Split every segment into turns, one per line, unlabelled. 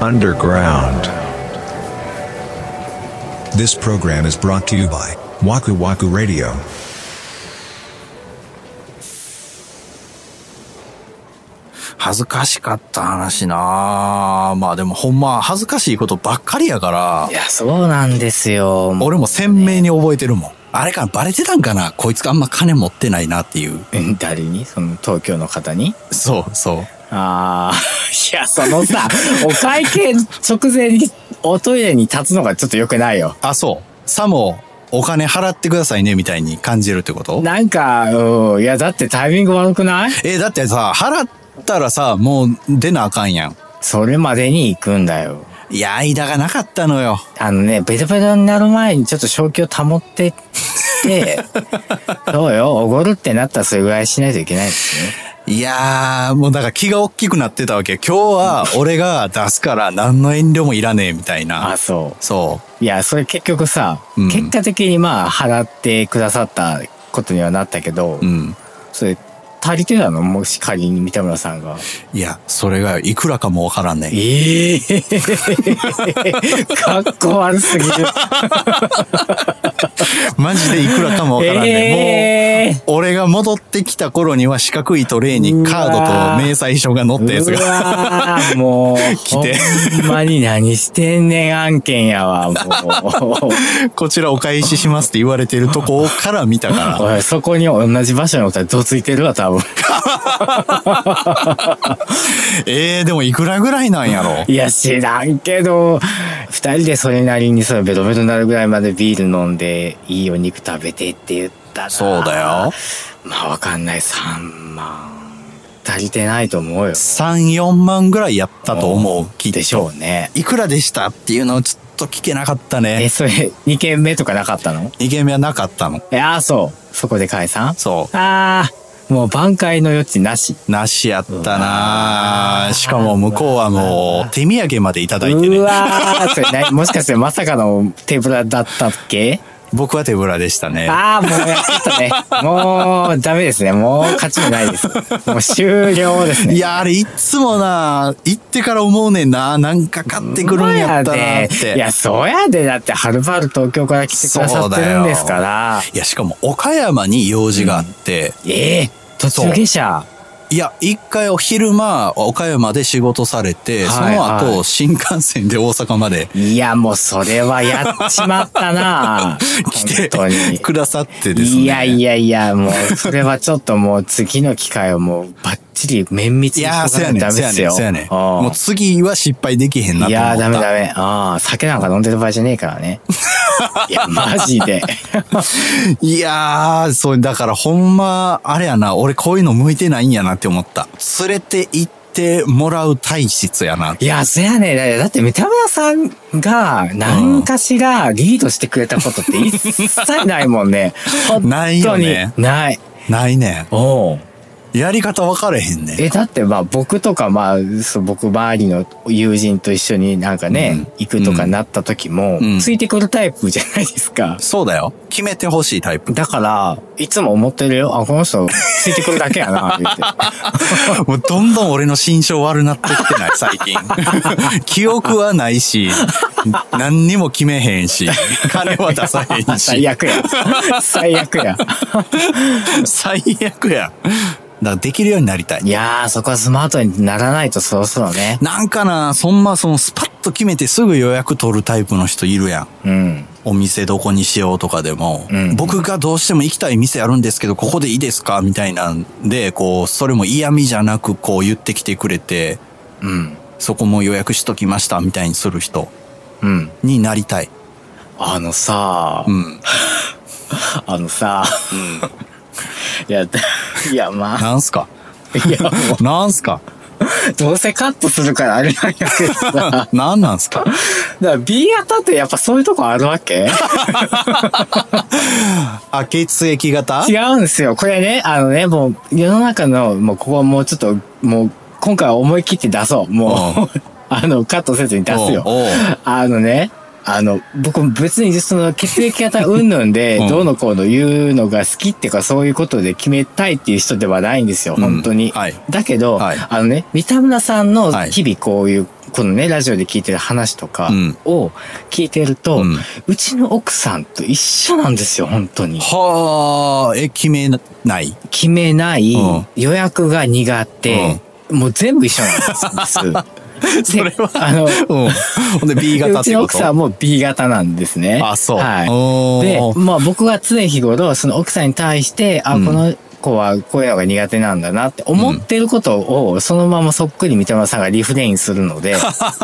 underground.
This program is brought to you by Waku Waku Radio.
恥ずかしかった話なあまあでもほんま恥ずかしいことばっかりやから
い、や、そうなんですよ。もう
俺も鮮明に覚えてるもん。あれか、バレてたんかなこいつあんま金持ってないなっていう。
うん誰にその東京の方に
そうそう。
ああ、いや、そのさ、 お会計直前におトイレに立つのがちょっと良くないよ。
あ、そう。さも、お金払ってくださいねみたいに感じるってこと
なんか、うん、いや、だってタイミング悪くない
え、だってさ、払ったらさ、もう出なあかんやん。
それまでに行くんだよ。
いや、間がなかったのよ。
あのね、ベトベトになる前にちょっと正気を保って って、そうよ、おごるってなったらそれぐらいしないといけないですね。
いやー、もうだから気が大きくなってたわけ。今日は俺が出すから何の遠慮もいらねえみたいな
あ、。そ。
そう
いや、それ結局さ、
うん
結果的にまあ、払ってくださったことにはなったけど、
う。うん。
それ、足りてたのもし仮に三田村さんが。
いや、それがいくらかもわからんねん。
ええー、 かっこ悪すぎる。
マジでいくらかもわからんねん。
え
もう、俺が戻ってきた頃には四角いトレイにカードと明細書が載ったやつ
う
が。
わーも う、
来て
ほんまに何してんねん案件やわ、も う。
こちらお返ししますって言われてるとこから見た か
おい、そこに同じ場所におったらどついてるわ、多分。
ら。えー、でもいくらぐらいなんやろ
いや、知らんけど、二人でそれなりにそのベトベトになるぐらいまでビール飲んで、いいお肉食べてって言ったら。
そうだよ。
まあ、わかんない。三万。足りてないと思うよ。
3、4万ぐらいやったと思う。聞い
で
て
しょうね。
いくらでしたっていうのをちょっと聞けなかった
え、
ね。
それ、二軒目とかなかったの
2軒目はなかったの。
いや、そう。そこで解散
そ
ああ、もう挽回の余地なし。
う。なしやったなしかも向こうはもう手土産までいただいて
う
ね。
わー、それな、もしかしてまさかの手ぶらだったっけ
僕は手ぶらでしたね。
ああ、もうやっと ね。もう、ダメですね。もう、勝ちもないです。もう、終了ですね。
いや、あれいっつもな行ってから思うねんななんか買ってくるんやったなっ
そうや
て。
でいや、そうやで。だって、はるばる東京から来てくださってるんですから。
いや、しかも岡山に用事があって、
ええ途中下車。
いや、一回お昼間、岡山で仕事されて、
はいはい
その後、新幹線で大阪まで
いや、もう、それはやっちまったな
来て
本当に。
くださってですね。
いやいやいや、もう、それはちょっともう、次の機会をもう、ばっちり綿密
い
にし
やー、
と
そ
か
や
ない
ね
とダ
ん、
メ
そやね
です
ん、
よ。
そやねん。
うん
もう次は失敗できへんなと思った。
いやー、ダメダメ。ああ、酒なんか飲んでる場合じゃねえか らね。いや、マジで。
いやー、そう、だからほんま、あれやな、俺こういうの向いてないんやなって思った。連れて行ってもらう体質やな。
いや、そやねだって、三田村さんが、何かしらリードしてくれたことって一切ないもんね。本当 に
ないよね
ない。
ないね。
おうん
やり方分かれへんねん。
え、だってまあ僕とかまあ、そう僕周りの友人と一緒になんかね、行くとかなった時も、
うん
ついてくるタイプじゃないですか。
そうだよ。決めてほしいタイプ。
だから、いつも思ってるよ。あ、この人、ついてくるだけやな、言って。
もうどんどん俺の心象悪なってきてない、最近。 記憶はないし、何にも決めへんし、 金は出さへん
最
し、
悪や。最悪や。
最悪や。だからできるようになりたい
い。やー、そこはスマートにならないとそろそろね。
なんかな、そんまそのスパッと決めてすぐ予約取るタイプの人いるやん。
うん。
お店どこにしようとかでも、
うん
僕がどうしても行きたい店あるんですけど、ここでいいですかみたいなんで、こう、それも嫌味じゃなくこう言ってきてくれて、
うん。
そこも予約しときましたみたいにする人
うん。
になりたい。
あのさ
う、ん。
あのさ、 いや、 だいや、まあ、
なんす か
いや、も
なんすか
う、どうせカットするからあれなんやけ どさ、だか
なんなんす から
B 型ってやっぱそういうとこあるわけ
あ、血液型
違うんですよ。これね、あのね、もう、世の中の、もう、ここはもうちょっと、もう、今回は思い切って出そう。もう、 あの、カットせずに出すよ。
おうおう
あのね、あの、僕別にその血液型云々で
うん
どうのこうの言うのが好きっていうかそういうことで決めたいっていう人ではないんですよ、
うん
本当に。
はい
だけど、
はい
あのね、三田村さんの
はい
日々こういうこのね、ラジオで聞いてる話とか
うん
を聞いてる
う
と、うんちの奥さんと一緒なんですよ、本当に。
はあ、え、決めない。
決めない、
うん
予約が苦手、もう全部一緒なんです。
それは
であの、
うん。ほんで B 型っ
うち
て
の
こ
奥さんは
と
もう B 型なんですね。
あ、そう。
は
お
い。で
ー、
まあ僕は常日頃、その奥さんに対して、あ、
うん
この子はこういうのが苦手なんだなって思ってることを、そのままそっくり三笘さんがリフレインする ので、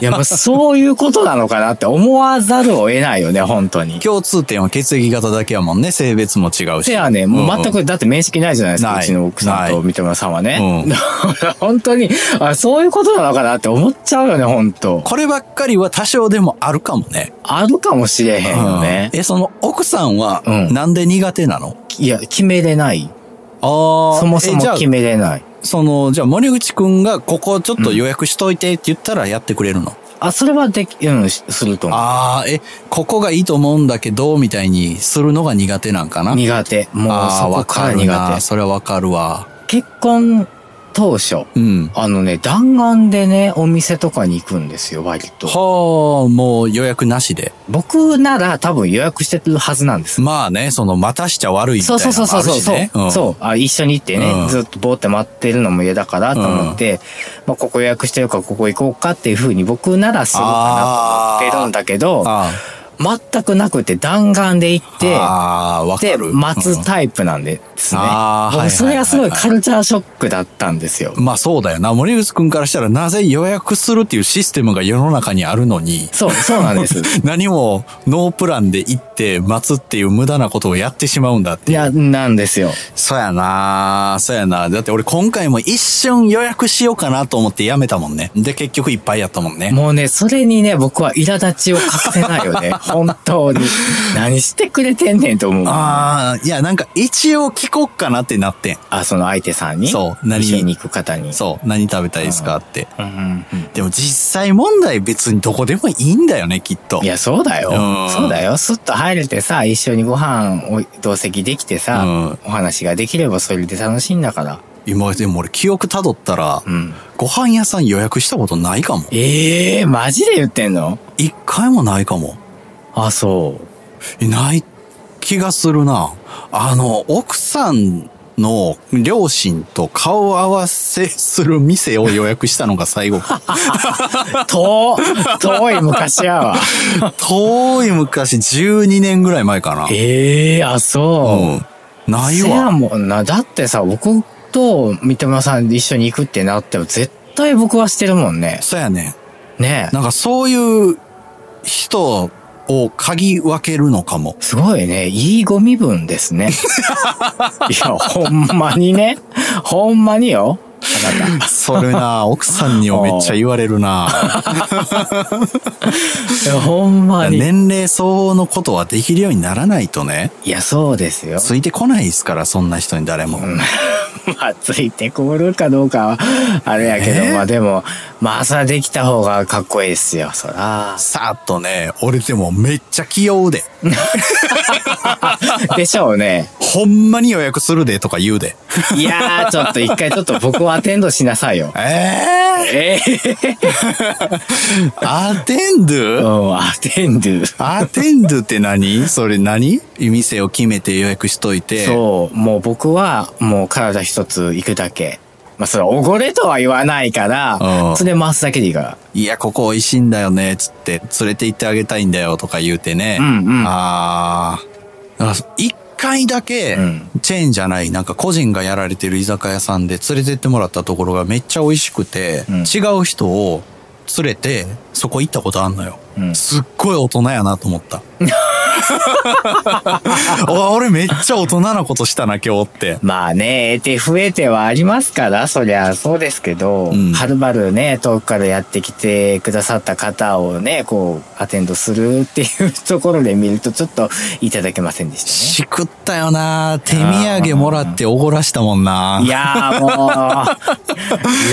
いや、もうそういうことなのかなって思わざるを得ないよね、本当に。
共通点は血液型だけやもんね。性別も違うし。
せやね、もう全
んん。
く、だって面識ないじゃないですか、
な
う
い
ちの奥さんと三笘さんはね
うん。
だから 本当に、あ、そういうことなのかなって思っちゃうよね、本当
こればっかりは多少でもあるかもね。
あるかもしれへんよね
う。んえ、その奥さんは、
うん
なんで苦手なの
いや、決めれない。
ああ、
そもそ
え
も
じゃあ
決めれない。
その、じゃあ森口くんがここちょっと予約しといてって言ったらやってくれるの、
あ、それはでき、うん、しすると思
ああ、え、ここがいいと思うんだけど、みたいにするのが苦手なんかな
う。苦手。もう
ああ、
そこ
わ
か
からるな。
苦
それはわかるわ。
手。結婚当初、
うん。
あのね、弾丸でね、お店とかに行くんですよ、割と。
はあ、もう予約なしで。
僕なら多分予約してるはずなんです。
まあね、その、待たしちゃ悪いみた
そ
いうな
そう
のも
そう
あ
そう
る
そう
し
そう、
ね。
そう。あ、一緒に行ってね、
うん
ずっとぼーって待ってるのも嫌だからと思って、まあ、ここ予約してるからここ行こうかっていうふうに僕ならするかなと思ってるんだけど、
あ
全くなくて弾丸で行っ
あ。
て、
ああ、わか
で、
る。
待
うん
つタイプなんですね。
うんあーはいはいはいはい
僕それがすごいカルチャーショックだったんですよ。
まあそうだよな。森口くんからしたらなぜ予約するっていうシステムが世の中にあるのに、
そう、そうなん です。
何もノープランで行って待つっていう無駄なことをやってしまうんだって
い
いう。
や、なんですよ。
そうやなそうやなだって俺今回も一瞬予約しようかなと思ってやめたもんね。で、結局いっぱいやったもんね。
もうね、それにね、僕は苛立ちを隠せないよね。本当に。何してくれてんねんと思う。あ
ああ、いやなんか一応聞こっかなってなってん。
その相手さんに。
そう何
一緒に行く方に。
そう、何食べたいですかって。
うんうんうん
でも実際問題別にどこでもいいんだよね、きっと。
いや、そうだよ
うん。
そうだよ。スッと入れてさ、一緒にご飯を同席できてさ、
うん
お話ができればそれで楽しいんだから。
今でも俺記憶辿ったら、
うん。
ご飯屋さん予約したことないかも。
ええー、マジで言ってんの
一回もないかも。
あ、 そう。
えない気がするな。あの、奥さんの両親と顔合わせする店を予約したのが 最後。
遠遠い昔やわ。
遠い昔、12年ぐらい前かな。
ええあ、そう。
うん。ない
せや
わ。
もんな。だってさ、僕と三笘さんで一緒に行くってなっても、絶対僕はしてるもんね。
そうやね。
ねえ
なんかそういう人を嗅ぎ分けるのかも。
すごいね。いいご身分です ね。いや、ほんまにね。ほんまによ。あなた。
それ な、奥さんにもめっちゃ言われるな。
いやほんまに。
年齢相応のことはできるようにならないとね。
いや、そうですよ。
ついてこないですから、そんな人に誰も。
まあ、ついてこるかどうかは、あれやけど、
ねえ
まあでも、まあ、そらできた方がかっこいいですよ、そ ら。
さーっとね、俺でもめっちゃ器用で、
でしょう ね。
ほんまに予約するでとか言うで。
いやー、ちょっと一回ちょっと僕をアテンドしなさいよ。
え
えー、
ー、アテンドゥ
うん、アテンドゥ。
アテンドゥって何それ何店を決めて予約しといて。
そう、もう僕は、もう体一つ行くだけ。まあ、それはおごれとは言わないから
うん、
それで回すだけでいいから。
いや、ここ美味しいんだよね、つって、連れて行ってあげたいんだよとか言うてね。
うんうん
あーだから一回だけ
うん、
チェーンじゃない、なんか個人がやられてる居酒屋さんで連れてってもらったところがめっちゃ美味しくて、
うん
違う人を連れて、そこ行ったことあんのよ。
うん
すっごい大人やなと思 った。お俺めっちゃ大人なことしたな、今日って。
まあね、得て増えてはありますから、そりゃそうですけど、
うん
はるばるね、遠くからやってきてくださった方をね、こう、アテンドするっていうところで見ると、ちょっといただけませんでし
しくったよな手土産もらっておごらしたもんな
たね。いやーもう、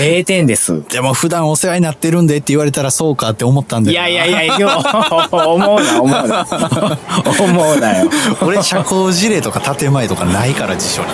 0点 です。
でも普段お世話になってるんでって言われたらそうかって思ったんだ
い
よな。
やいやいや、よう 思うな、思 うな。思うなよ。
俺社交辞令とか建前とかないから辞書に。